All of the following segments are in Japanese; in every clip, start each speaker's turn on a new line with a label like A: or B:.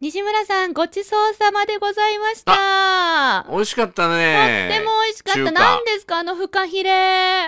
A: 西村さん、ごちそうさまでございました。とっ
B: 美味しかったね
A: ても美味しかっ
B: 中
A: た。
B: 華
A: 何ですかあのフカヒレ。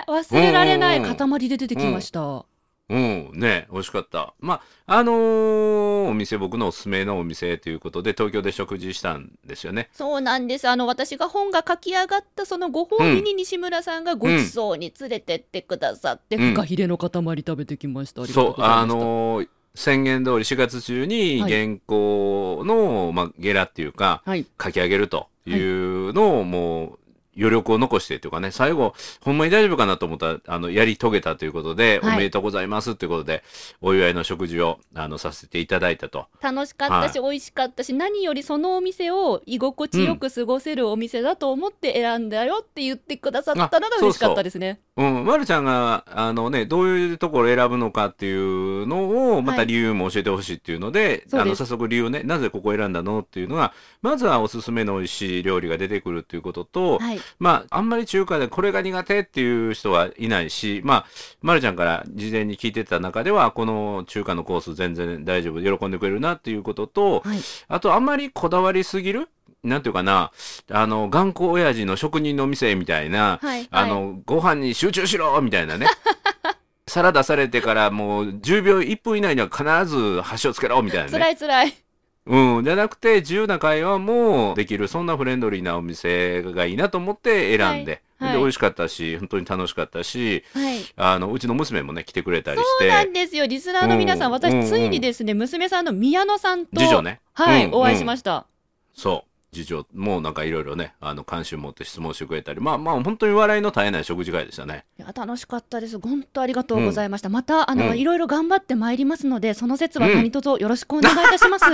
A: 忘れられない
B: うんうんうん
A: 塊で出てきました。
B: うん、ね、美味しかった。まあ、あのーお店、僕のおすすめのお店ということで、東京で食事したんですよね。
A: そうなんです。あの、私が本が書き上がったそのご褒美に西村さんがごちそうに連れてってくださって、
B: うん
A: フカヒレの塊食べてきました。ありがと
B: そうう、
A: ございました
B: あのー宣言通り4月中に
A: はい
B: 原稿の、まあ、ゲラっていうか、
A: はい。
B: 書き上げるというのをもう余力を残してというかね、最後、ほんまに大丈夫かなと思ったら、あの、やり遂げたということで、
A: はい
B: おめでとうございますということで、お祝いの食事を、あの、させていただいたと。
A: 楽しかったし、美味しかったし、何よりそのお店を居心地よく過ごせるお店だと思って選んだよって言ってくださったのが
B: あ
A: 嬉しかったですね。
B: うん、ま、るちゃんが、あのね、どういうところを選ぶのかっていうのを、ま
A: は
B: た
A: い
B: 理由も教えてほしいっていうの
A: そう
B: で、
A: です
B: あの、早速理由ね、なぜここを選んだのっていうのが、まずはおすすめの美味しい料理が出てくるっていうことと、
A: はい。
B: まあ、あんまり中華でこれが苦手っていう人はいないし、まあ、まるちゃんから事前に聞いてた中では、この中華のコース全然大丈夫、喜んでくれるなっていうことと、
A: はい。
B: あと、あんまりこだわりすぎるなんていうかな、あの、頑固親父の職人の店みたいな、
A: はい
B: あの、ご飯に集中しろみた いなね。サラダされてからもう10秒、1分以内には必ず箸をつけろみたいなね。
A: 辛い辛い。
B: うん、じゃなくて自由な会話もできるそんなフレンドリーなお店がいいなと思って選んで、
A: はいはい
B: で美味しかったし本当に楽しかったし
A: はい。
B: あのうちの娘もね来てくれたりし
A: そうなん
B: て
A: ですよ。リスナーの皆さん、
B: うん
A: 私、ついにですね、娘さんの宮野さんと、
B: 次女ね
A: はい、
B: うん
A: お会いしました。
B: そう次女もなんかいろいろねあの関心持って質問してくれたりまあまあ本当に笑いの絶えない食事会でしたね
A: いや楽しかったです。本当ありがとうございました。また、あの、
B: うん
A: いろいろ頑張ってまいりますので、その説は
B: うん
A: 何卒よろしくお願いいた します。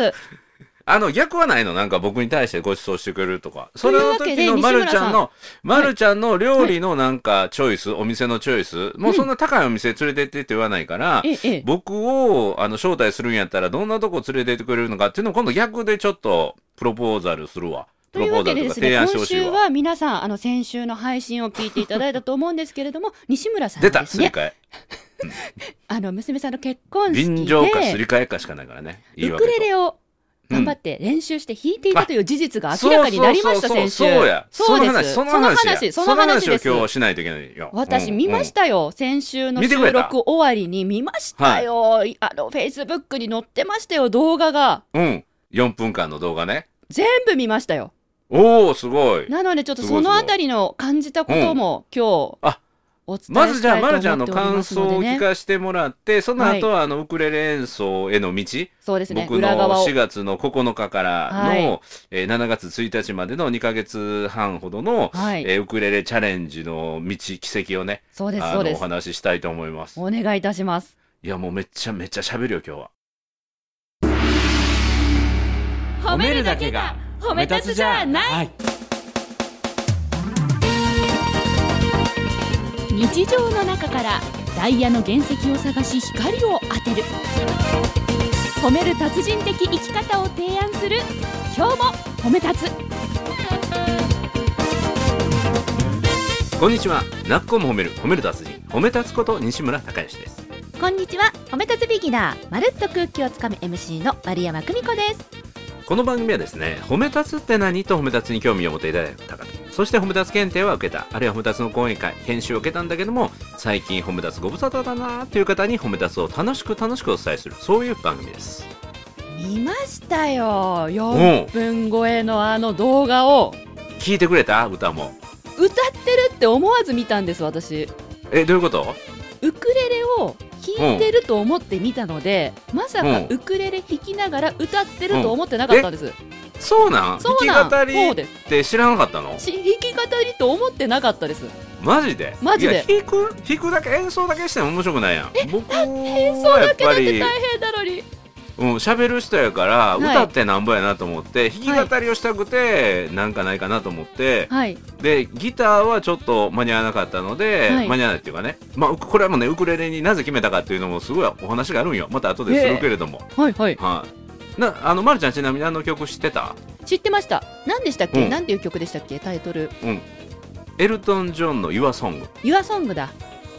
B: あの逆はないのなんか僕に対してご馳走してくれるとかそれの
A: というわけ
B: 時
A: で
B: のまるちゃんのま
A: ん
B: るちゃんの料理のなんかチョイス、お店のチョイスもうそんな高いお店連れてってって言わないから、
A: ええええ、
B: 僕をあの招待するんやったらどんなとこ連れてってくれるのかっていうのを今度逆でちょっとプロポーザルするわ。
A: と
B: プロ
A: いう
B: ポ
A: わ
B: ーザ
A: け
B: ル
A: で
B: と
A: で
B: か
A: すね、
B: 提案して
A: 今
B: ほしい
A: 週
B: わ。
A: は皆さん、あの、先週の配信を聞いていただいたと思うんですけれども、西村さん
B: 出
A: で
B: た
A: す
B: すり
A: ね、
B: 替え。
A: あの、娘さんの結婚式
B: 便乗かす
A: で、
B: り替えかしかないからね。いい
A: ウ
B: わ
A: ク
B: け
A: レレを頑張って練習して弾いていたという事実が明らかになりました、
B: そうそ
A: 先
B: う
A: 週。
B: そうそうや。そ
A: そう
B: の
A: で
B: 話、
A: す。
B: その
A: その話
B: 話や。その
A: です
B: 話を今日しないといけないよ。。
A: 私見ましたたよ、先週の
B: 見てく
A: 収
B: れた
A: 録終わりに見ましたよ、あのフェイスブックに載ってましたよ、動画が
B: うん。うん4分間の動画ね。
A: 全部見ましたよ、
B: おおすごい。
A: なのでちょっと
B: すご
A: そ
B: いす
A: の
B: ごい
A: あたりの感じたことも今日
B: あ
A: お伝
B: ま
A: え
B: ず
A: し
B: じ
A: た
B: ゃあ、
A: いと
B: ま
A: 思っ
B: るち
A: て
B: ゃ
A: お
B: ん
A: り
B: の
A: ま
B: 感
A: す
B: 想
A: ので
B: を聞
A: ね、
B: かせてもらって、その後はあのウクレレ演奏への道。
A: そうですね、
B: 僕
A: 裏
B: の
A: 側を
B: 4月の9日からの、
A: はい
B: えー7月1日までの2ヶ月半ほどの、
A: はい
B: えーウクレレチャレンジの道、奇跡をね、
A: そうです、
B: あ
A: そう
B: の
A: で
B: お
A: す、
B: 話ししたいと思います。
A: お願いいたします。
B: いや、もうめっちゃめっちゃ喋るよ、今日は。
C: はい、
A: 日常の中からダイヤの原石を探し光を当てる褒める達人的生き方を提案する今日も褒め立つ
B: こんにちは。なっこも褒める、褒める達人、褒め立つこと西村孝之です。
A: こんにちは褒め立つビギナーまるっと空気をつかむ MC の丸山久美子です
B: この番組はですね、褒め立つって何と褒め立つに興味を持っていただいた方、そして褒め立つ検定は受けた、あるいは褒め立つの講演会、研修を受けたんだけども、最近褒め立つご無沙汰だなーという方に褒め立つを楽しく楽しくお伝えする、そういう番組です。
A: 見ましたよ
B: うん
A: 4分超えのあの動画を
B: 聞いてくれた歌も。
A: 歌ってるって思わず見たんです私
B: え、どういうこと
A: ウクレレを弾いてると思って見たので、まさかウクレレ弾きながら歌ってると思ってなかったんです、
B: そうなん
A: そうなん
B: 弾き語
A: そ
B: り
A: う
B: っ
A: です
B: て知らなかったの
A: し弾き語りと思ってなかったです
B: マジで
A: マジで
B: いや弾く弾くだけ演奏だけしても面白くないやん。僕
A: 演奏
B: はや
A: だ
B: っ
A: けだっ
B: ぱ
A: て
B: り、
A: 大変なのに
B: うん、喋る人やから、
A: はい
B: 歌ってなんぼやなと思って、弾き語りをしたくて、なんかないかなと思って、
A: はい
B: でギターはちょっと間に合わなかったので、
A: はい
B: 間に合わないっていうかね、まあ、ウクこれはもうねウクレレになぜ決めたかっていうのもすごいお話があるんよまた後でするけれども、
A: はいはい
B: はいなあの、ま、るちゃんちなみにあの曲知ってた
A: 知ってました何でしたっけ、
B: うん
A: 何ていう曲でしたっけタイトル
B: エルトン・ジョンの「Your Song
A: Your Song だ」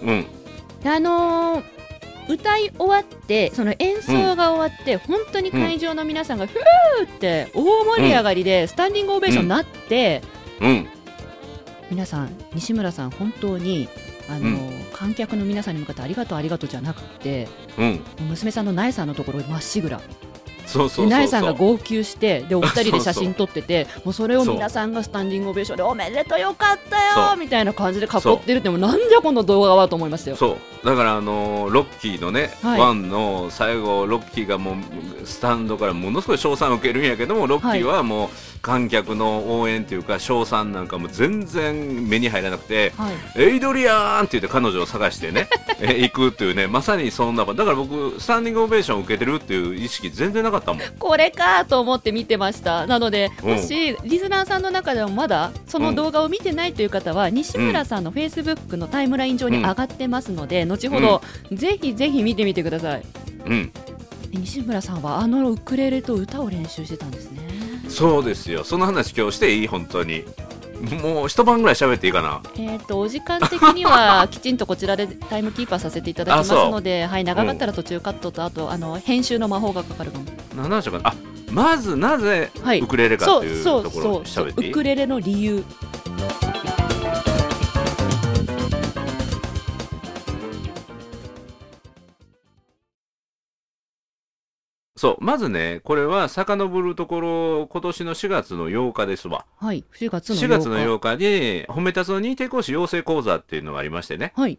B: うん
A: あのー歌い終わってその演奏が終わって、本当に会場の皆さんがふーって大盛り上がりで、スタンディングオベーションになって、
B: うん
A: 皆さん西村さん本当にあの、
B: う
A: 観客の皆さんに向かってありがとうありがとうじゃなくて
B: うん
A: 娘さんのなえさんのところまっしぐらで
B: そうそうそうそう
A: なえさんが号泣してでお二人で写
B: そうそう
A: 真撮っててもうそれを皆さんがスタンディングオベーションでおめでとうよかった
B: そ
A: よ
B: う
A: みたいな感じで囲
B: そう
A: ってるってもうなんじゃこの動画はと思いましたよ。
B: そうだからあのーロッキーのね、
A: はい
B: ワンの最後ロッキーがもうスタンドからものすごい賞賛を受けるんやけどもロッキーはもう観客の応援というか賞賛なんかも全然目に入らなくて、
A: はい、
B: エイドリアーンって言って彼女を探し てねえ行くっていうねまさにそんな場だから僕スタンディングオベーションを受けてるっていう意識全然なかったもん
A: これかと思って見てましたなので
B: うん
A: もしリスナーさんの中でもまだその動画を見てないという方は、西村さんのフェイスブックのタイムライン上に上がってますので、後ほど、ぜひぜひ見てみてください
B: うん
A: え西村さんはあのウクレレと歌を練習してたんですね
B: そうですよその話今日していい本当にもう一晩ぐらい喋っていいかな
A: えっ、とお時間的にはきちんとこちらでタイムキーパーさせていただきます
B: あそう
A: のではい長かったら途中カットとあとあの編集の魔法がかかるかも
B: 何話しようかなあまずなぜ
A: はい
B: ウクレレか
A: そう
B: っていう
A: そ
B: と
A: う
B: こ
A: そ
B: ろ
A: うそう
B: 喋ってい
A: ウ
B: い
A: クレレの理由
B: そうまずねこれは遡るところ今年の4月の8日ですわ
A: はい4月の8日
B: 4月の8日に褒めたつの認定講師養成講座っていうのがありましてね
A: はい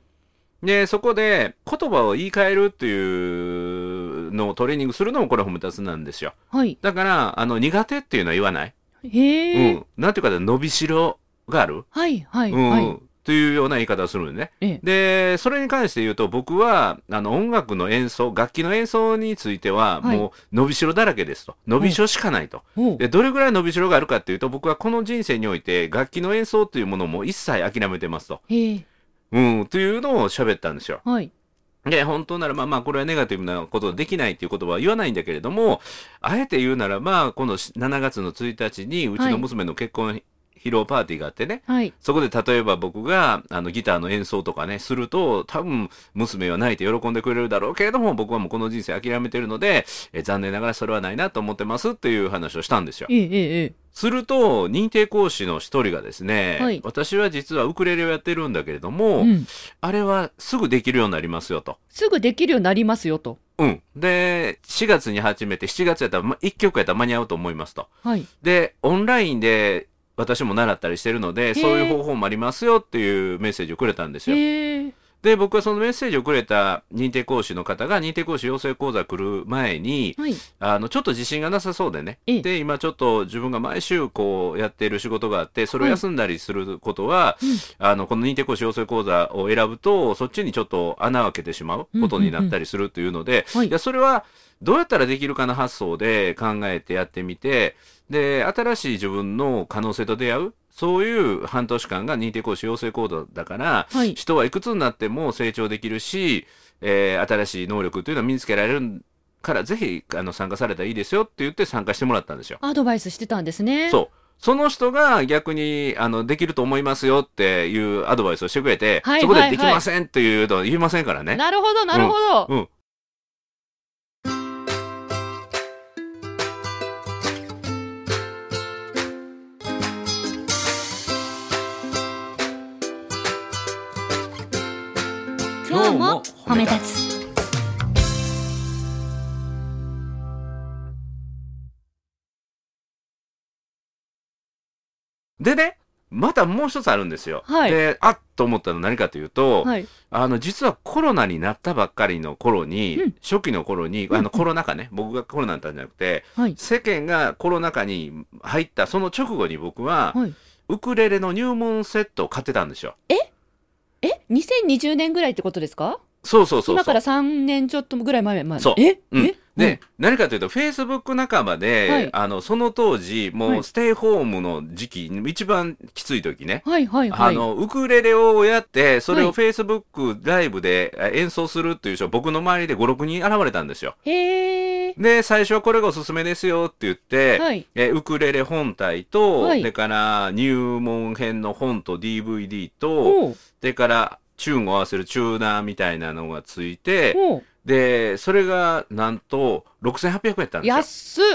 B: で、そこで言葉を言い換えるっていうのをトレーニングするのもこれ褒めたつなんですよ。
A: はい
B: だから、あの、苦手っていうのは言わない。
A: へえ、
B: うん。なんていうか、伸びしろがある。
A: はいはい
B: うん。
A: はい、
B: というような言い方をするのね。
A: ええ
B: で、それに関して言うと、僕は、あの、音楽の演奏、楽器の演奏については、
A: はい
B: もう、伸びしろだらけですと。伸びしろしかないと。
A: おう
B: で、どれぐらい伸びしろがあるかっていうと、僕はこの人生において、楽器の演奏というものも一切諦めてますと。
A: へえ
B: うん。というのを喋ったんですよ。
A: はい
B: で、本当ならまあまあ、これはネガティブなことできないっていう言葉は言わないんだけれども、あえて言うならば、この7月の1日に、うちの娘の結婚披露パーティーがあってね、
A: はい
B: そこで例えば僕があのギターの演奏とかね、すると、多分娘は泣いて喜んでくれるだろうけれども、僕はもうこの人生諦めてるので、え残念ながらそれはないなと思ってますっていう話をしたんですよ。
A: ええええ
B: すると、認定講師の一人がですね、
A: はい
B: 私は実はウクレレをやってるんだけれども、
A: うん、
B: あれはすぐできるようになりますよと。
A: すぐできるようになりますよと
B: うん。で、4月に始めて、7月やったら、ま、1曲やったら間に合うと思いますと。
A: はい
B: で、オンラインで私も習ったりしてるので、
A: ー
B: そういう方法もありますよっていうメッセージをくれたんですよ。
A: へえ
B: で、僕はそのメッセージをくれた認定講師の方が、認定講師養成講座来る前に、
A: はい
B: あの、ちょっと自信がなさそうでね。
A: ええ
B: で、今ちょっと自分が毎週こうやってる仕事があって、それを休んだりすることは、あの、この認定講師養成講座を選ぶと、そっちにちょっと穴を開けてしまうことになったりするというので、
A: はい
B: いや、それは、どうやったらできるかな発想で考えてやってみて、で、新しい自分の可能性と出会う、そういう半年間が認定講師養成講座だから、
A: はい
B: 人はいくつになっても成長できるし、えー新しい能力というのは身につけられるから、ぜひ、あの、参加されたらいいですよって言って参加してもらったんですよ。
A: アドバイスしてたんですね
B: そう。その人が逆に、あの、できると思いますよっていうアドバイスをしてくれて、
A: はい
B: そこ
A: はい
B: で
A: は
B: で
A: い
B: きませんっていうのは言いませんからね。
A: なるほどなるほど、
B: うん。
A: 今日も褒め立つ
B: でね、またもう一つあるんですよ。
A: はい
B: で、あっと思ったのは何かというと、
A: はい
B: あの、実はコロナになったばっかりの頃に、
A: うん
B: 初期の頃に、あの、コロナ禍ね、僕がコロナだったんじゃなくて、
A: はい
B: 世間がコロナ禍に入ったその直後に僕は、
A: はい
B: ウクレレの入門セットを買ってたんですよ。
A: え2020年ぐらいってことですか
B: そうそうそうそう。
A: 今から3年ちょっとぐらい前前
B: そう
A: え、
B: うん
A: え
B: で、何かというと、フェイスブック仲間で、
A: はい
B: あの、その当時、
A: は
B: もう
A: い
B: ステイホームの時期、一番きつい時ね、
A: うんはいはいはい
B: あの、ウクレレをやって、それ
A: は
B: を
A: い
B: フェイスブックライブでえ演奏するっていう人、僕の周りで5、6人現れたんですよ。
A: へえ
B: で、最初はこれがおすすめですよって言って、
A: はい
B: えウクレレ本体と、
A: はい
B: でから入門編の本と DVD と、
A: おう
B: でからチューンを合わせるチューナーみたいなのがついて、
A: おう
B: で、それがなんと6800円やったんですよ。
A: 安っ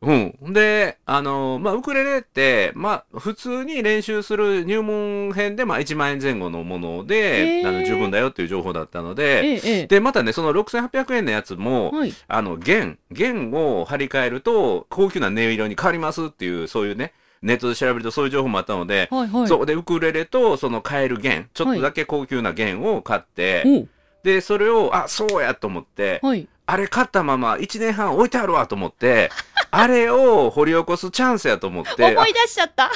B: うん。で、あの、まあ、ウクレレって、まあ、普通に練習する入門編で、まあ、1万円前後のもので、
A: へー
B: あの、十分だよっていう情報だったの
A: え
B: で、
A: えええ
B: で、またね、その6800円のやつも、
A: はい、
B: あの、弦、弦を張り替えると、高級な音色に変わりますっていう、そういうね、ネットで調べるとそういう情報もあったので、
A: はいはい
B: そう。で、ウクレレと、その変える弦、ちょっとだけ高級な弦を買って、
A: お
B: で、それを、あ、そうやと思って、
A: はい
B: あれ買ったまま1年半置いてあるわと思って、あれを掘り起こすチャンスやと思って、
A: 思
B: あ
A: い出しちゃった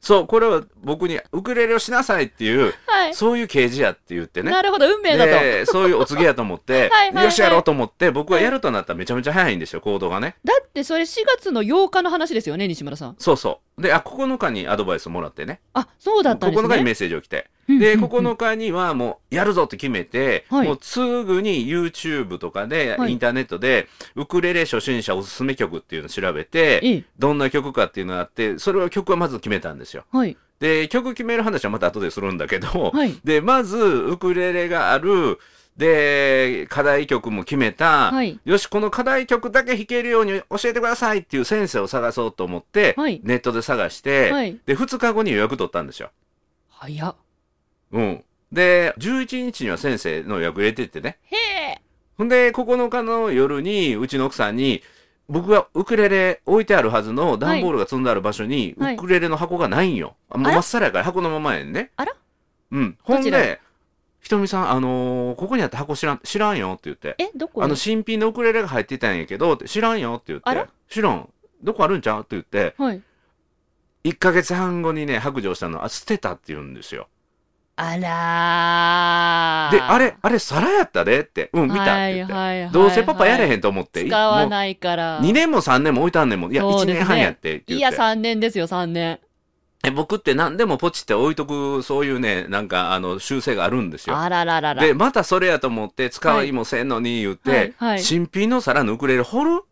B: そう、これは僕にウクレレをしなさいっていう、
A: はい
B: そういう掲示やって言ってね。
A: なるほど運命だと、
B: で、そういうお告げやと思って、
A: はいはいはい
B: よしやろうと思って、僕はやるとなったらめちゃめちゃ早いんですよ、行動がね。
A: だってそれ4月の8日の話ですよね西村さん
B: そうそう。で、あ、9日にアドバイスもらってね。
A: あそうだったんです
B: 9日にメ
A: ね
B: ッセージを来て。
A: うん
B: で、
A: うんうん
B: 9日にはもうやるぞって決めて、
A: はい
B: もうすぐに YouTube とかで、
A: はい
B: インターネットで、ウクレレ初心者おすすめ曲っていうのを調べて、
A: ええ
B: どんな曲かっていうのがあって、それは曲はまず決めたんですよ。
A: はい
B: で、曲決める話はまた後でするんだけど、
A: はい
B: で、まず、ウクレレがある、で、課題曲も決めた、
A: はい
B: よし、この課題曲だけ弾けるように教えてくださいっていう先生を探そうと思って、
A: はい
B: ネットで探して、
A: はい
B: で、2日後に予約取ったんですよ。
A: 早っ
B: うん。で、11日には先生の予約入れてってね。
A: へえ
B: ほんで、9日の夜に、うちの奥さんに、僕がウクレレ置いてあるはずの段ボールが積んである場所に、
A: はい
B: ウクレレの箱がないんよ。あもう
A: あら
B: 真っさらやから箱のままやんね。
A: あら
B: うん。ほん
A: どちら
B: で、ひとみさん、あのーここにあった箱知らん、知らんよって言って。
A: えどこ
B: あの、新品のウクレレが入ってたんやけど、って知らんよって言っ
A: あ
B: て
A: ら。
B: 知らん。どこあるんちゃうって言って、
A: はい
B: 1ヶ月半後にね、白状したの、あ、捨てたって言うんですよ。
A: あらー
B: で、あれ、あれ、皿やったでって。うん、見たって言って。
A: はいはいはい
B: どうせパパやれへんと思って。
A: 使わ
B: も
A: ないから
B: う2年も3年も置いたんねんもん。いや、
A: そうです
B: 1
A: ね
B: 年半やってって言
A: い
B: って。
A: や3年ですよ3年
B: え僕って何でもポチって置いとく、そういうね、なんか、あの、習性があるんですよ。
A: あらららら
B: で、またそれやと思って、使いもせんのに言って、
A: はいはい
B: 新品の皿のウクレレ掘る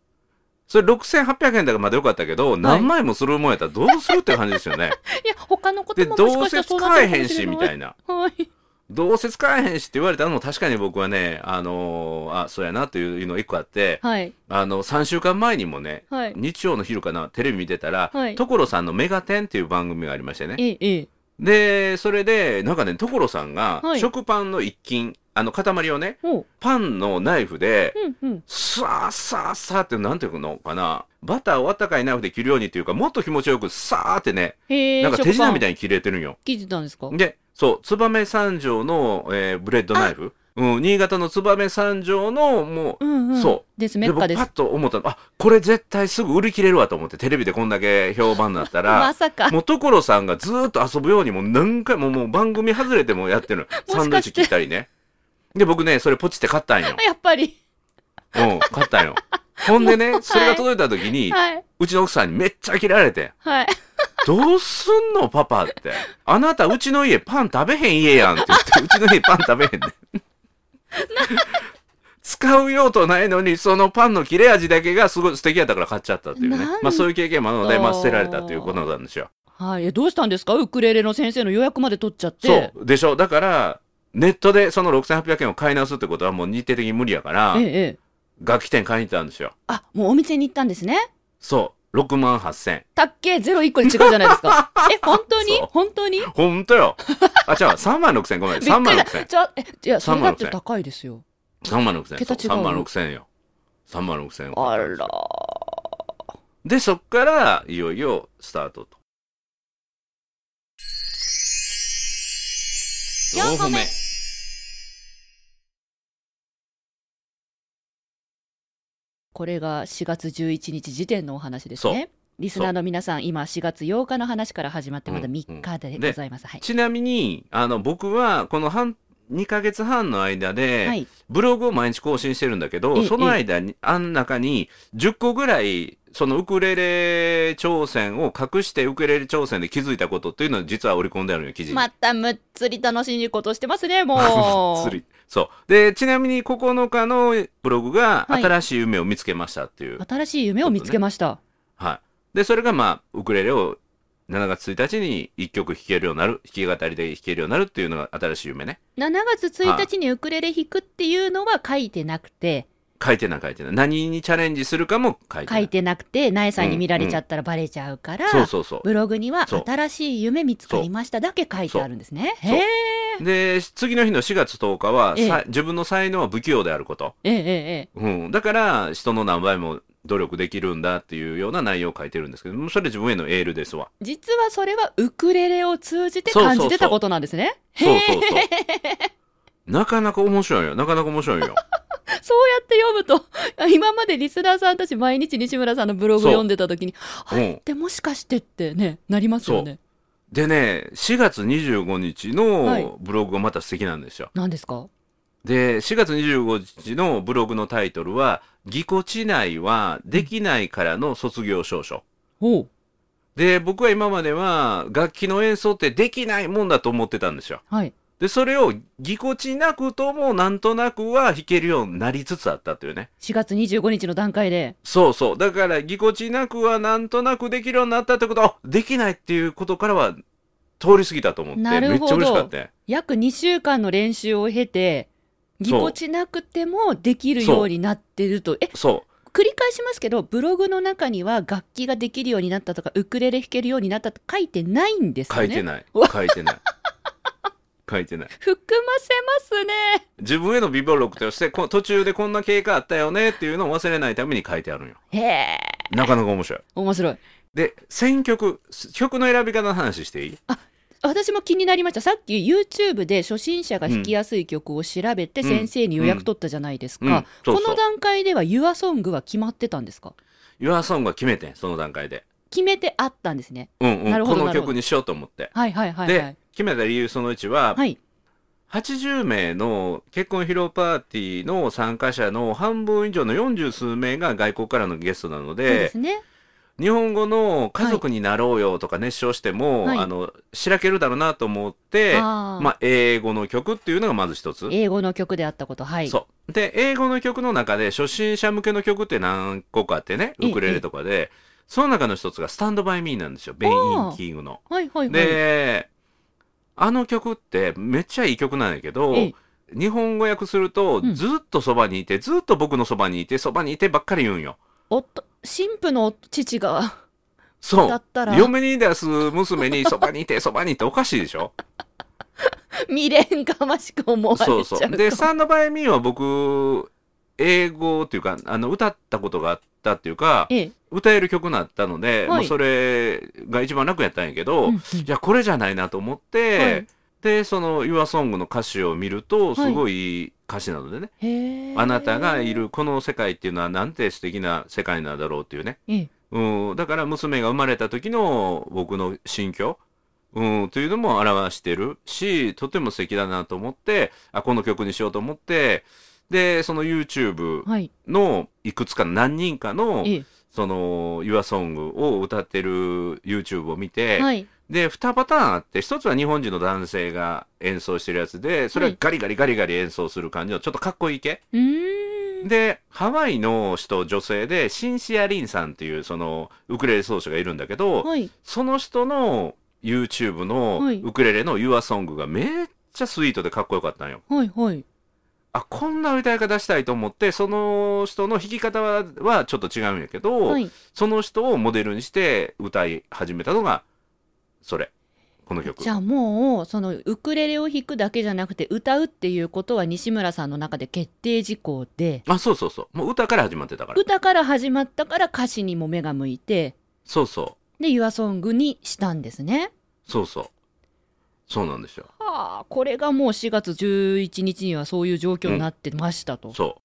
B: それ6800円だからまだよかったけど、何枚もするもんやったらどうするって感じです よね。
A: いや他のこと
B: で、
A: ももし
B: ど
A: かした
B: うせ
A: らそう
B: 使
A: な
B: え
A: って
B: へ
A: るか
B: ん
A: もし
B: し、
A: れない
B: みたいな。
A: はい
B: どうせ使えへんしって言われたのも確かに僕はね、あのーあ、そうやなというのが一個あって、
A: はい
B: あの、3週間前にもね、
A: はい
B: 日曜の昼かな、テレビ見てたら、
A: はい
B: 所さんのメガテンっていう番組がありましてね。
A: ええええ
B: で、それで、なんかね、所さんが
A: は、い
B: 食パンの一斤、あの、塊をね、
A: おう
B: パンのナイフで、
A: うんうん
B: さあさあさあって、なんていうのかな、バターをあったかいナイフで切るようにっていうか、もっと気持ちよく、さあってね、
A: へえ
B: なんか手品みた
A: い
B: いに切れてるんよ。
A: 聞いてたんですか
B: で、そう、燕三条の、えーブレッドナイフ。うん、新潟の燕三条の、もう、
A: うんうん
B: そう
A: ですメッカで
B: 僕
A: す
B: パッと思ったのあこれ絶対すぐ売り切れるわと思ってテレビでこんだけ評判になった
A: ま
B: ら
A: さか
B: もう所さんがずーっと遊ぶようにもう何回ももう番組外れてもや ってる
A: て
B: のサンドイッチ切ったりねで僕ねそれポチって買ったんよ
A: やっぱり
B: うん買ったんよほんで
A: も
B: ね
A: う
B: それが届いた時に、
A: はいう
B: ちの奥さんにめっちゃ切られて
A: はい
B: 「どうすんのパパ」って「あなたうちの家パン食べへん家やん」って言って「うちの家パン食べへんねん」使う用途ないのにそのパンの切れ味だけがすごい素敵やったから買っちゃったっていうね
A: なん
B: まあそういう経験もあるので、まあ、
A: と
B: 捨てられたということなんですよ。
A: はいえどうしたんですかウクレレの先生の予約まで取っちゃって
B: そうでしょだからネットでその6800円を買い直すってことはもう日程的に無理やから
A: ええええ
B: 楽器店買いに行ったんですよ。
A: あもうお店に行ったんですね
B: そう6万8000
A: たっけゼロ一個で違うじゃないですかえ本当に
B: そう
A: 本当に
B: ほんとよあ違う3万6000ごめん3万
A: びっくり
B: 6000
A: だちょえいやそれだっ
B: 3
A: て
B: 万6000
A: 高いですよ
B: 3万6000円。
A: 桁違う
B: 3万6000円よ。3万6000円。
A: あら
B: で、そっから、いよいよスタートと。
A: 四個目これが4月11日時点のお話です
B: そう
A: ねリスナーの皆さん今4月8日の話から始まってまだ
B: うん
A: 3日で
B: うんで
A: ございます、はい
B: ちなみに、あの、僕は、この半、2ヶ月半の間で、
A: はい
B: ブログを毎日更新してるんだけ
A: え
B: ど、
A: え
B: その間に、あん中に、10個ぐらい、そのウクレレ挑戦を隠してウクレレ挑戦で気づいたことっていうのを実は織り込んであるのよ、記事に。
A: またむっつり楽しいことしてますね もう
B: 釣りそう。で、ちなみに9日のブログが、
A: はい
B: 新しい夢を見つけましたっていう。
A: 新しい夢を見つけました、
B: はい。で、それがまあ、ウクレレを7月1日に1曲弾けるようになる弾き語りで弾けるようになるっていうのが新しい夢ね
A: 7月1日にウクレレ弾くっていうのは書いてなくて、
B: 書いてない書いてない何にチャレンジするかも書いて
A: 書
B: ない
A: いてなくて、苗さんに見られちゃったらバレちゃうから、
B: そうそうそう
A: ブログには
B: そう
A: 新しい夢見つかりましただけ書いてあるんですね。
B: そう
A: へー
B: で次の日の4月10日は、
A: ええ
B: さ自分の才能は不器用であること、
A: えええええ
B: うん、だから人の何倍も努力できるんだっていうような内容を書いてるんですけどもそれ自分へのエールですわ
A: え実はそれはウクレレを通じて
B: そうそうそう
A: 感じてたことなんですね。
B: そうそうそうなかなか面白いよなかなか面白いよ
A: そうやって読むと、 今までリスナーさんたち毎日西村さんのブログ
B: そう
A: 読んでた時に、あ
B: うん
A: れってもしかしてってね、なりますよね。
B: でね4月25日
A: はい
B: のブログがまた素敵なんですよ、
A: 何ですか
B: で4月25日のブログのタイトルは「ぎこちないはできないからの卒業証書」
A: おう
B: で僕は今までは楽器の演奏ってできないもんだと思ってたんですよ
A: はい。
B: でそれをぎこちなくともなんとなくは弾けるようになりつつあったというね
A: 4月25日の段階で。
B: そうそうだからぎこちなくはなんとなくできるようになったってことあできないっていうことからは通り過ぎたと思ってめ
A: なる
B: っ
A: ほ
B: ち
A: ど
B: ゃ嬉しかったよ
A: 約2週間の練習を経て、ぎこちなくてもできるようになってると。え、
B: そ
A: 繰り返しますけど、ブログの中には楽器ができるようになったとか、ウクレレ弾けるようになったと書いてないんです
B: う
A: ね。
B: 書いて
A: い。
B: ない、
A: うわ
B: 書いてない書いてない
A: 含ませますね。
B: 自分への微暴録としてこ途中でこんな経過あったよねっていうのを忘れないために書いてあるんよ
A: へえ、
B: なかなか面白い
A: 面白い。
B: で選曲曲の選び方の話していい
A: 私も気になりました。さっき YouTube で初心者が弾きやすい曲を調べて
B: うん
A: 先生に予約取ったじゃないです
B: うんうん
A: か。
B: そう
A: こ
B: そう
A: の段階では YourSong は決まってたんですか
B: YOURSONG は決めてんその段階で
A: 決めてあったんですね。
B: うん
A: な
B: う
A: る
B: ん、
A: ほ
B: こ
A: ど
B: の曲にしようと思って。
A: はいはいはいはい
B: で。決めた理由その1は、
A: はい。
B: 80名の結婚披露パーティーの参加者の半分以上の40数名が外国からのゲストなの
A: そうで
B: です
A: ね。
B: 日本語の「家族になろうよ」とか熱唱しても、
A: はい
B: あのしらけるだろうなと思って
A: あー
B: まあ、英語の曲っていうのがまず一つ。
A: 英語の曲であったこと。はい。
B: そうで英語の曲の中で初心者向けの曲って何個かあってね
A: ええ
B: ウクレレとかでその中の一つが「スタンドバイミーなんですよベン・イン・キングの。
A: はいはいはい。
B: で、あの曲ってめっちゃいい曲なんやけど
A: ええ、
B: 日本語訳すると
A: うん
B: ずっとそばにいて、ずっと僕のそばにいて、そばにいてばっかり言うんよ。
A: 夫、神父の父が、
B: そ
A: だ
B: う
A: っ。たら
B: 嫁に出す娘にそばにいて、そばにいておかしいで しょ
A: 未練がましく思われちゃ
B: そうう
A: か
B: そ
A: も。
B: う。で、スタンドバイミーは僕、英語っていうか、あの、歌ったことがあったっていうか、
A: ええ。
B: 歌える曲になったので、
A: はい
B: もうそれが一番楽やったんやけど、
A: うんうん
B: いやこれじゃないなと思って、
A: はい
B: でその「YOURSONG」の歌詞を見るとすごいいい歌詞なのでね、
A: へえ
B: あなたがい。るこの世界っていうのはなんて素敵な世界なんだろうっていうね、
A: ええ
B: うん、だから娘が生まれた時の僕の心境、うん、というのも表してるしとても素敵だなと思ってあこの曲にしようと思ってでその YouTube
A: はい。
B: のいくつか何人かの、
A: え
B: その「YOURSONG」を歌ってる YouTube を見て、
A: え。はい。
B: で2パターンあって1つは日本人の男性が演奏してるやつでそれはガリガリガリガリ演奏する感じのちょっとかっこいい系、
A: うーん。
B: でハワイの人女性でシンシア・リンさんっていうそのウクレレ奏者がいるんだけど、
A: はい。
B: その人の YouTube の
A: はい
B: ウクレレの「YourSong」がめっちゃスイートでかっこよかったんよ。
A: はいはい。
B: あこんな歌い方したいと思ってその人の弾き方ははちょっと違うんやけど、
A: はい。
B: その人をモデルにして歌い始めたのがそれこの曲
A: じ。ゃあもうそのウクレレを弾くだけじゃなくて歌うっていうことは西村さんの中で決定事項で
B: あそうそうそうもう歌から始まってたから
A: 歌から始まったから歌詞にも目が向いて
B: そうそ
A: で YOURSONG にしたんですね。
B: うそうそうそうなんですよ
A: はあこれがもう4月11日にはそういう状況になってましたと。
B: そ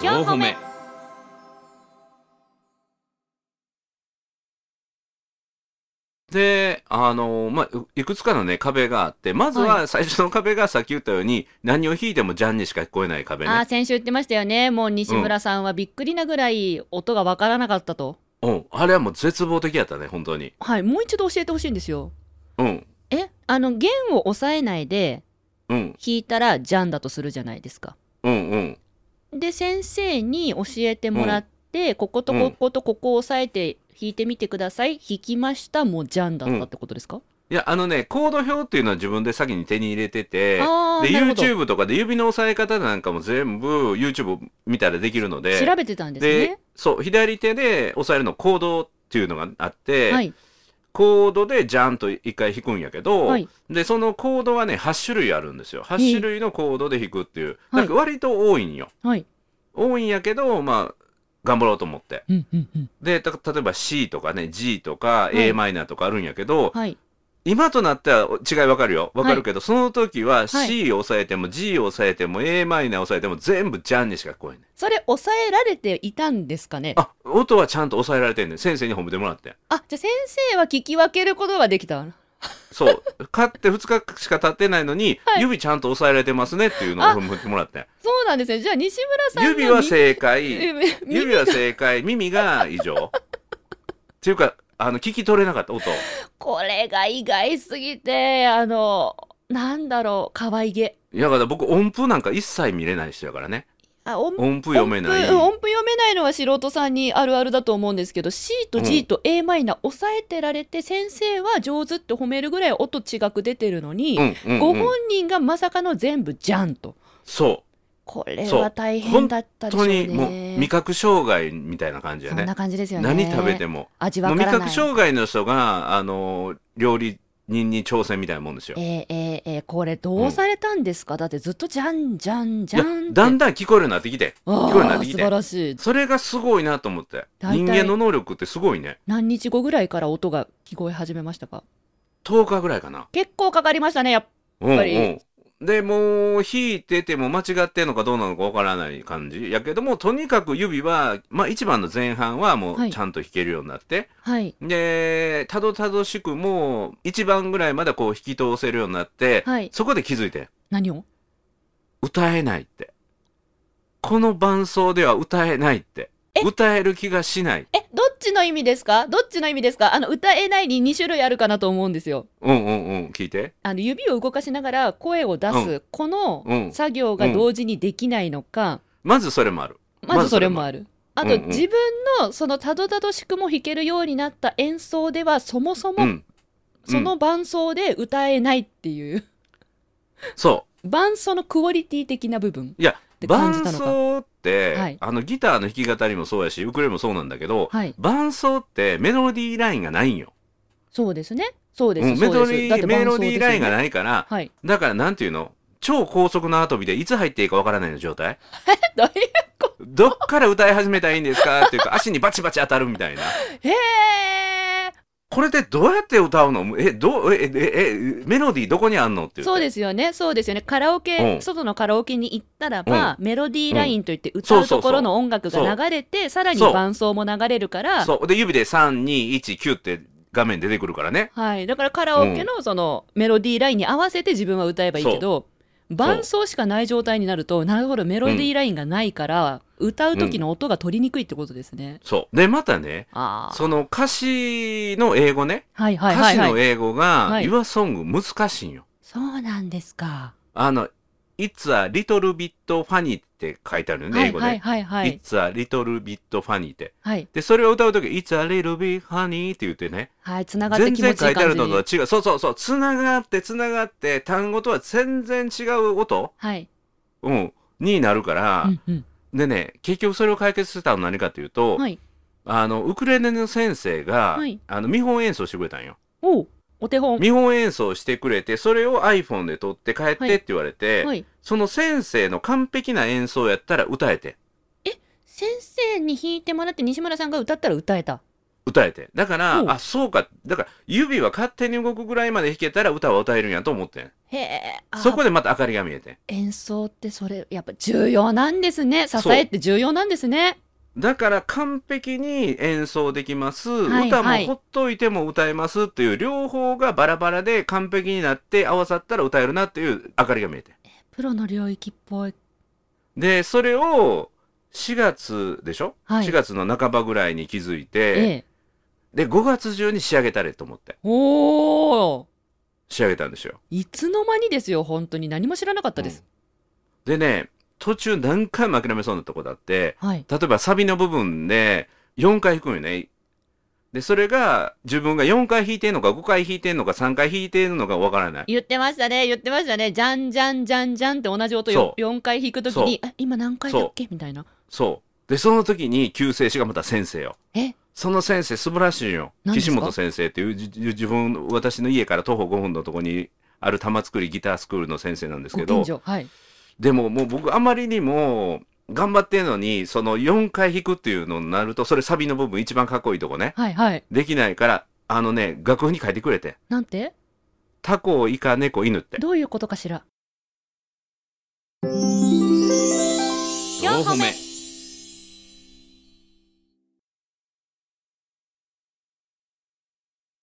D: 4歩目
B: うであのまあういくつかのね壁があってまず
A: は
B: は最初の壁がさっき言ったように、何を弾いてもジャンにしか聞こえない壁
A: ああ
B: ね
A: 先週言ってましたよねもう西村さんはびっくりなぐらい音がわからなかったと。
B: うんあれはもう絶望的やったね本当に
A: はいもう一度教えてほしいんですよ。
B: うん
A: えあの弦を押さえないで
B: うん
A: 弾いたらジャンだとするじゃないですか。
B: うんうん
A: で先生に教えてもらっってこことこことここを押さえて弾いてみてください弾きましたもうじゃんだったってことですか、
B: いや、あのね、コード表っていうのは自分で先に手に入れてて、で、
A: あーなるほど
B: YouTube とかで指の押さえ方なんかも全部 YouTube 見たらできるので、
A: 調べてたんです
B: で
A: ね
B: そう、左手で押さえるのコードっていうのがあって、
A: はい
B: コードでジャンと一回弾くんやけど、
A: はい
B: で、そのコードはね、8種類あるんですよ。8種類のコードで弾くっていう。
A: はい
B: なんか割と多いんよ。
A: はい
B: 多いんやけど、まあ、頑張ろうと思って。
A: うんうんうん
B: で、た例えば C とかね、G とか
A: い
B: a マイナーとかあるんやけど、
A: はい
B: 今となっては違いわかるよ。わかるけど、その時は C を押さえても G を押さえても a マイナーを押さえても全部ジャンにしか聞こえない。
A: それ抑えられていたんですかね
B: あ、音はちゃんと押さえられてんねん先生に褒めてもらって。
A: あじゃあ先生は聞き分けることができた
B: そう。 買って2日しか経ってないのに、
A: はい
B: 指ちゃんと押さえられてますねっていうのを
A: あ
B: 褒めてもらって。
A: そうなんですねじゃあ西村さんの
B: 指は正解。
A: 指指
B: 指は正解。耳が異常。っていうか、あの、聞き取れなかった音。
A: これが意外すぎてあのなんだろう可愛げ
B: いやだから僕音符なんか一切見れない人やからね。
A: あ音
B: 音符読めない。
A: 音符うん音符読めないのは素人さんにあるあるだと思うんですけど C と G と a マイナー抑えてられて先生は上手って褒めるぐらい音違く出てるのに、
B: うんうんうん
A: ご本人がまさかの全部じゃんと
B: そう。
A: これ
B: そ
A: は
B: う
A: 大変だった
B: 本
A: でしょう
B: 当
A: ね
B: にもう味覚障害みたいな感じや
A: そん
B: ね
A: な感じですよね
B: 何食べても
A: 味
B: も
A: わ
B: う
A: か
B: 味
A: らな
B: 覚
A: い
B: 障害の人があの料理人に挑戦みたいなもんですよ
A: えーえーえーこれどうされたんですか、だってずっとじゃんじゃんじゃんっ
B: い
A: て
B: やだんだん聞こえるようになってきて聞こえるようにな
A: あー
B: って
A: 素
B: き
A: 晴
B: て
A: らしい
B: それがすごいなと思って
A: 大体
B: 人間の能力ってすごいね
A: 何日後ぐらいから音が聞こえ始めましたか
B: 10日ぐらいかな
A: 結構かかりましたねやっぱ
B: うん
A: っ
B: う
A: ぱり
B: んでもう弾いてても間違ってんのかどうなのかわからない感じやけどもとにかく指は、まあ、一番の前半はも
A: は
B: う
A: い
B: ちゃんと弾けるようになって、
A: はい
B: で、たどたどしくもう、一番ぐらいまでこう引き通せるようになって、
A: はい
B: そこで気づいて、
A: 何を
B: 歌えないって。この伴奏では歌えないって。歌える気がしない。
A: えどっちの意味ですかどっちの意味ですかあの歌えないに2種類あるかなと思うんですよ
B: うんうんうん、聞いて。
A: あの指を動かしながら声を出す、
B: う
A: こ
B: う
A: の
B: ん
A: 作業が同時にできないのか、
B: まずそれもある。
A: まずそれもあるあ
B: ずそれ
A: と
B: もあるうんうん
A: 自分のそのたどたどしくも弾けるようになった演奏ではそもそうも
B: ん。
A: その伴奏で歌えないっていう、
B: そ
A: 伴奏のクオリティ的な部分
B: う。いや
A: て、感じ
B: 伴
A: たのか
B: 奏って、
A: はい
B: あの、ギターの弾き語りもそうやし、ウクレレもそうなんだけど、
A: はい
B: 伴奏ってメロディーラインがないんよ。
A: そうですねそうです、
B: うんメ
A: そ
B: ロ
A: う
B: デ
A: で
B: ィ
A: すだって
B: ーメ
A: 伴奏
B: ロ
A: で
B: デ
A: すよね
B: ィーラインがないから、
A: はい
B: だからなんていうの超高速の遊びでいつ入っていいかわからないの状態
A: どういう
B: どっから歌い始めたらいいんですかっていうか足にバチバチ当たるみたいな
A: へえ
B: これでどうやって歌うのえどうええええメロディーどこにあんのっていう
A: そうですよね、そうですよね。カラオケ、
B: うん
A: 外のカラオケに行ったらば、メロディーラインといって歌
B: そう
A: う
B: そうそう
A: ところの音楽が流れて、さらに
B: そう
A: 伴奏も流れるから、
B: そうで指で3219って画面出てくるからね
A: はい。だからカラオケのそのメロディーラインに合わせて自分は歌えばいいけど、伴奏しかない状態になると、なるほど、メロディーラインがないから、歌う時の音が取りにくいってことですね。
B: そうでまたね
A: ああ。
B: その歌詞の英語ね、
A: はいはいはい
B: 歌詞の
A: はい。
B: 英語が、
A: はい
B: Your Song 難しいんよ
A: そうなんですか。
B: あの It's a little bit funny って書いてあるよね、
A: はい
B: 英語
A: はい
B: で、
A: はいはい。
B: It's a little bit funny って
A: はい。
B: で、それを歌うとき、It's a little bit honey って言ってね、
A: はい。繋がって
B: 全
A: 気持ちいい感
B: 然書いてある
A: じ
B: のとは
A: に。
B: 違う。そうそうそう。つながって、つながって、単語とは全然違う音
A: はい。
B: うん。になるから
A: う、んうん。
B: でね、結局それを解決したのは何かというと、
A: はい。
B: あの、ウクレレの先生が、
A: はい
B: あの、見本演奏してくれたんよ。
A: おうお手本。
B: 見本演奏してくれて、それを iPhone で撮って帰ってって言われて、
A: はい。
B: その先生の完璧な演奏やったら歌えて、
A: 先生に弾いてもらって西村さんが歌ったら歌えた
B: 歌えて。だから、
A: おう
B: あ、そうか。だから、指は勝手に動くぐらいまで弾けたら歌は歌えるんやと思ってん。
A: へえ
B: そこでまた明かりが見えて。
A: 演奏ってそれやっぱ重要なんですね支えって重要なんですね
B: だから完璧に演奏できます、
A: はい
B: 歌も
A: はい
B: ほっといても歌えますっていう両方がバラバラで完璧になって合わさったら歌えるなっていう明かりが見えて。
A: プロの領域っぽい
B: で、それを4月でしょ、
A: はい
B: ?4 月の半ばぐらいに気づい
A: ええ
B: て、で、5月中に仕上げたれと思って
A: おお
B: 仕上げたんですよ。
A: いつの間にですよ本当に何も知らなかったです、
B: でね、途中何回も諦めそうなとこだって、
A: はい。
B: 例えばサビの部分で4回弾くんよね。で、それが自分が4回弾いてんのか5回弾いてんのか3回弾いてんのかわからない。
A: 言ってましたね、言ってましたね。じゃんじゃんじゃんじゃんって同じ音
B: そう
A: よ4回弾くときに、え、今何回だっけみたいな。
B: そう。で、その時に救世主がまた先生よ。
A: え
B: その先生素晴らしいよ。
A: 何です
B: 岸
A: か
B: 本先生っていうじじ自分、私の家から徒歩5分のとこにある玉作りギタースクールの先生なんです
A: ご
B: けど
A: 近、所。はい。
B: でももう僕あまりにも頑張ってんのに、その4回弾くっていうのになると、それサビの部分一番かっこいいとこね。
A: はいはい。
B: できないから、あのね、楽譜に書いてくれて。
A: なんて
B: タコ、イカ、猫、犬って。
A: どういうことかしら。
D: 4歩目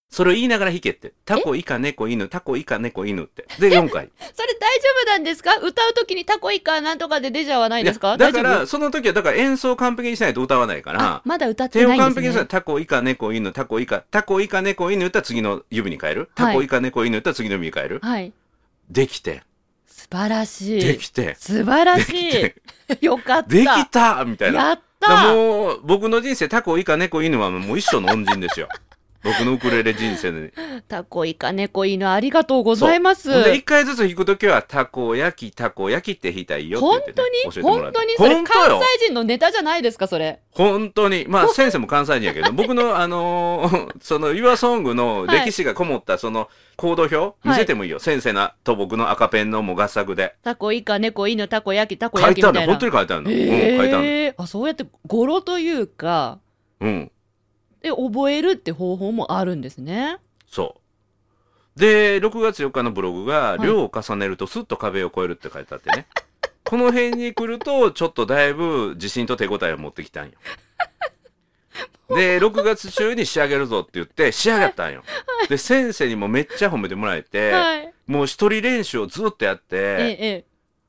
B: それを言いながら弾けって。タコ、イカ、猫、犬、タコ、イカ、猫、犬って。で、4回。
A: それ大丈夫なんですか歌うときにタコイカなんとかで出ちゃわないです
B: い
A: か
B: やだ
A: 大丈
B: か
A: 夫
B: ら、その時は、だから演奏を完璧にしないと歌わないか
A: あ
B: ら、
A: まだ歌って
B: 手を
A: ないん
B: 完
A: です
B: 璧にしたら、
A: ね。
B: タコ、イカ、猫、犬、タコ、イカ、タコ、イカ、猫、犬打ったら次の指に変える。タコ、イカ、猫、犬打ったら次の指に変える。
A: はい。
B: できて、
A: 素晴らし
B: で
A: い。
B: きて、
A: 素晴らし
B: で
A: い。よかった。
B: できたみたいな。
A: やっ
B: だから
A: た
B: もう、僕の人生、タコ、イカ、猫、犬はもう一生の恩人ですよ。 僕のウクレレ人生で。
A: タコイカ猫犬ありがとうございます。
B: ほんで、一回ずつ弾くときは、タコ焼き、タコ焼きって弾いたらいいよって言
A: 本
B: ってね、
A: 当に
B: 教えても
A: 本
B: らって
A: 当にそれ
B: 本当
A: 関
B: よ
A: 西人のネタじゃないですかそれ。
B: 本当に。まあ、先生も関西人 やけど、僕の、あのー その、ユアソングの歴史がこもった、その、行動表、見せてもいいよ。先生なと僕の赤ペンのもう合作で。
A: タコイカ猫犬タコ焼きタコ
B: 書
A: 焼
B: い
A: き
B: てあ
A: みた
B: るの。
A: いな。
B: 本当に書いてあるの。うん、書いてある
A: ええあそうやって語呂というか
B: の。うん。
A: で覚えるって方法もあるんですね。
B: そう。で、6月4日のブログが、
A: い
B: 量を重ねるとスッと壁を越えるって書いてあってね。 この辺に来ると、ちょっとだいぶ自信と手応えを持ってき たんよ。で、6月中に仕上げるぞって言って、仕上がったんよ。で、先生にもめっちゃ褒めてもらえて、
A: はい。
B: もう一人練習をずっとやっ
A: えええ
B: て、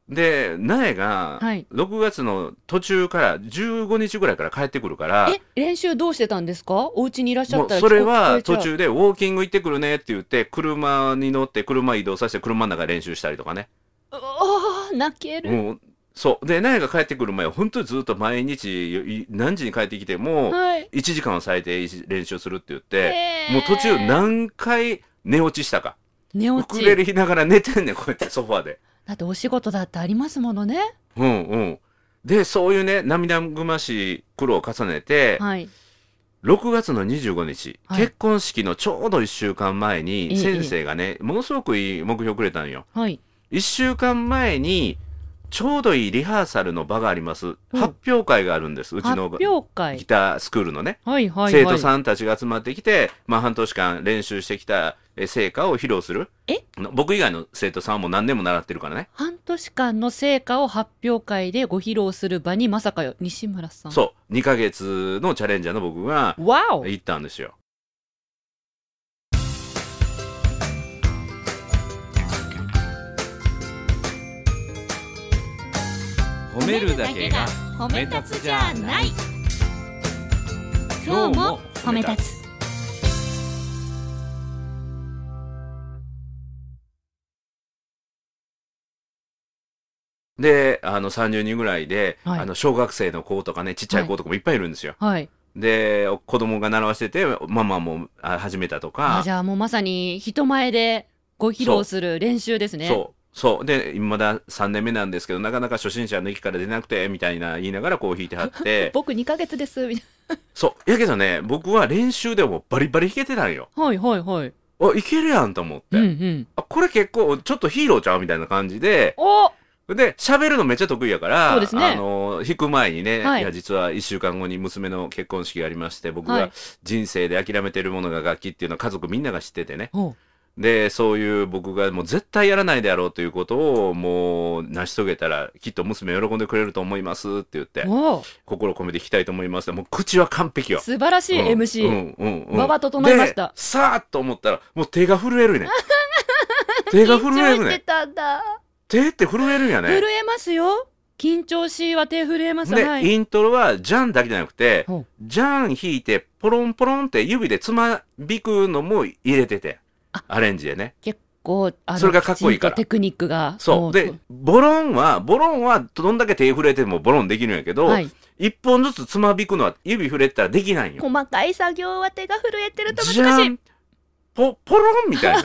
B: で、苗が、
A: はい
B: 6月の途中から15日ぐらいから帰ってくるから
A: え、え練習どうしてたんですか？お家にいらっしゃ
B: も
A: っ
B: う
A: たら
B: それは途
A: 聞こ
B: 中でウォーキング行ってくるねって言って、車に乗って車移動させて車の中で練習したりとかね。
A: えちゃう。ああ泣ける。
B: もうそう。で、苗が帰ってくる前は本当にずっと毎日い何時に帰ってきても、
A: はい。
B: 1時間を最低練習するって言って、
A: ええ
B: もう途中何回寝落ちしたか。
A: 寝
B: ウ
A: 落
B: クレ
A: ち。
B: レ弾きながら寝てんねん、こうやってソファーで。
A: だってお仕事だってありますものね。
B: うんうん。で、そういうね、涙ぐましい苦労を重ねて、
A: はい。
B: 6月の25日、
A: はい
B: 結婚式のちょうど1週間前
A: え
B: に、
A: え
B: 先生がね、ものすごくいい目標くれたんよ。
A: はい。
B: 1週間前に、ちょうどいいリハーサルの場があります。発表会があるんです。うち
A: 発
B: の
A: 表
B: ギ
A: 会。
B: タースクールのね。
A: はいはいはい。
B: 生徒さんたちが集まってきて、まあ、半年間練習してきたえ成果を披露する
A: え
B: 僕以外の生徒さんはもう何年も習ってるからね
A: 半年間の成果を発表会でご披露する場にまさかよ西村さん。
B: そう2ヶ月のチャレンジャーの僕が
A: わお
B: 行ったんですよ
C: 褒めるだけが
D: 褒
C: め立つじゃない
D: 今日も褒め立つ
B: であの30人ぐらいで、
A: はい
B: あの小学生の子とかねちっちゃい子とかもいっぱいいるんですよ、
A: はい。
B: で子供が習わせててママもあ始めたと
A: あ
B: か
A: じゃあもうまさに人前でご披露する練習ですね。
B: そうそうで今まだ3年目なんですけどなかなか初心者の域から出なくてみたいな言いながらこう弾いては って
A: 僕2ヶ月です。みたい
B: そうやけどね僕は練習でもバリバリ弾けてたんよ
A: なはいはいはい。
B: あいけるやんと思って、
A: うんうん。
B: あこれ結構ちょっとヒーローちゃうみたいな感じで
A: お
B: で喋るのめっちゃ得意やから
A: そうですね
B: あの弾く前にね、、
A: はいい
B: や実は1週間後に娘の結婚式がありまして僕
A: は
B: が
A: い
B: 人生で諦めてるものが楽器っていうのは家族みんなが知っててね
A: お
B: でそういう僕がもう絶対やらないであろうということをもう成し遂げたらきっと娘喜んでくれると思いますって言って
A: お
B: 心込めて弾きたいと思いますもう口は完璧よ。
A: 素晴らしい
B: うん
A: MC。
B: うんうんうん
A: 馬場整いました
B: でさあと思ったらもう手が震 えるね手が震
A: 緊張
B: える
A: して
B: ね
A: たんだ。
B: 手って震えるんやね
A: 震えますよ。緊張しは手震えます。
B: で、
A: はい。
B: イントロはジャンだけじゃなくて
A: ほう
B: ジャン弾いてポロンポロンって指でつまびくのも入れてて
A: あ
B: アレンジでね
A: 構あの
B: それがかっこいいから
A: きちんとテクニックが
B: そ
A: も
B: う。で、ボロンは、ボロンはどんだけ手触れてもボロンできるんやけど、
A: はい
B: 一本ずつつまびくのは指触れてたらできないんよ。
C: 細かい作業は手が震えてると
B: じゃ
C: 難しい
B: んポ、ポロンみたいな。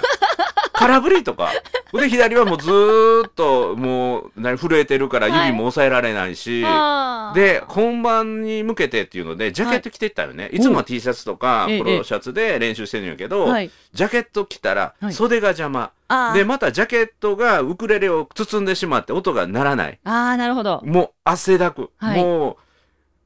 B: 空振りとか。で、左はもうずーっと、もう、何、震えてるから指も抑えられないし、
C: あー
B: で、本番に向けてっていうので、ジャケット着てったよね。い、つもは T シャツとか、
A: おう
B: プロシャツで練習してるんやけど、
A: はい
B: ジャケット着たら
A: は、い
B: 袖が邪魔。
C: あ
B: で、
C: ー
B: またジャケットがウクレレを包んでしまって音が鳴らない。
A: ああなるほど
B: もう汗だく。
A: はい
B: もう、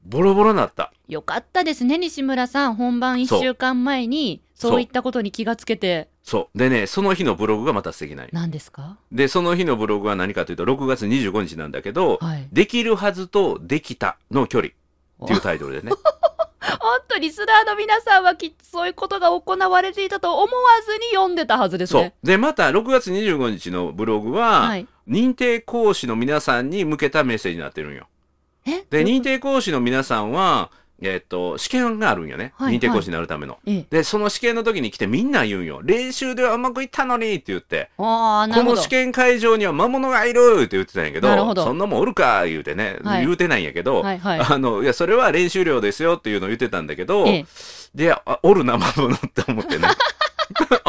B: ボロボロなった。
A: よかったですね西村さん本番
B: そう
A: 1週間前に
B: そ
A: そうういったことに気がつけて
B: そう。でね、その日のブログがまた素敵ない。
A: 何ですか
B: で、その日のブログは何かというと、6月25日なんだけど、
A: はい
B: できるはずとできたの距離っていうタイトル でね。
A: 本当リスナーの皆さんはきっとそういうことが行われていたと思わずに読んでたはずです
B: そう
A: ね。。
B: で、また6月25日のブログは、
A: はい。
B: 認定講師の皆さんに向けたメッセージになってるんよ。
A: え
B: で、認定講師の皆さんは、えっと、試験があるんよね。
A: はい
B: 認定講師になるための。
A: ええ。
B: で、その試験の時に来てみんな言うんよ。練習ではうまくいったのにって言って。
A: ああ、な
B: こ
A: るほ
B: の
A: ど
B: 試。験会場には魔物がいるって言ってたんやけど、
A: なるほど
B: そんなもんおるか言うてね、
A: はい
B: 言うてないんやけど、
A: はいはい。
B: あの、いや、それは練習量ですよっていうのを言ってたんだけど、
A: ええ。
B: で、あ、おるな魔物って 思ってね。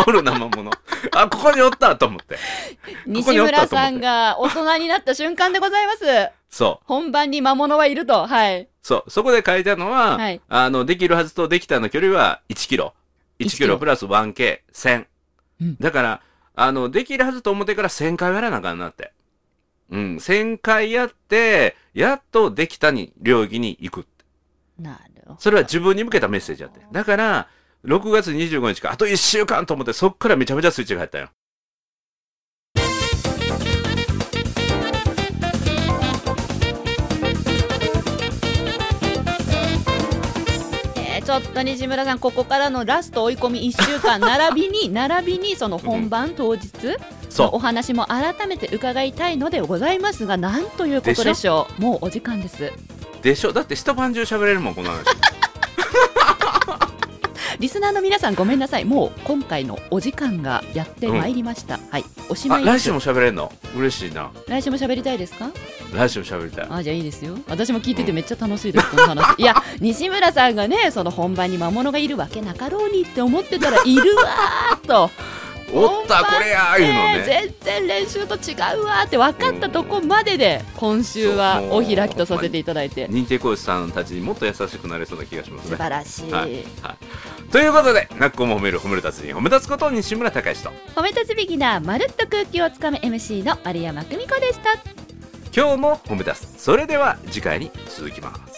B: おるな魔物。あ、ここにおったと思って。ここ
A: 西
B: におったと思
A: 村
B: って
A: さんが大人になった瞬間でございます。
B: そう。
A: 本番に魔物はいると。はい。
B: そう。そこで書いたのは、
A: はい
B: あの、できるはずとできたの距離は1キロ。1
A: 1
B: キロプラス 1K、1000。
A: うん
B: だから、あの、できるはずと思ってから1000回やらなあかんなって。うん、1000回やって、やっとできたに、領域に行く。
A: なるほど。
B: それは自分に向けたメッセージやって。だから、6月25日か、あと1週間と思って、そっからめちゃめちゃスイッチが入ったよ。
A: えーちょっと西村さん、ここからのラスト追い込み1週間、並びに、 並びに、その本番当日のお
B: そ
A: 話も改めて伺いたいのでございますが、なんということでしょう。もうお時間です。
B: う。でしょだって一晩中喋れるもん、この話。
A: リスナーの皆さんごめんなさい。もう今回のお時間がやってまいりました。はい。おし
B: あ、
A: まいで
B: 来
A: す。
B: 週も喋れんの嬉しいな。
A: 来週も喋りたいですか
B: 来週も喋りたい。
A: あ、じゃあいいですよ。私も聞いててめっちゃ楽しいです、この 話。いや、西村さんがね、その本番に魔物がいるわけなかろうにって思ってたら、いるわーと。
B: おった、これやーいうのね。
A: 全然練習と違うわーって分かったとこまでで、今週はお開きとさせていただいて。
B: 認定講師さんたちにもっと優しくなれそうな気がします
A: 素
B: ね。
A: 晴らしい。
B: はいということで、なっこも褒める褒める達人、褒め立つこと西村隆之と、
A: 褒め立つビギナー、まるっと空気をつかむ MC の丸山久美子でした。
B: 今日も褒め立つ。それでは次回に続きます。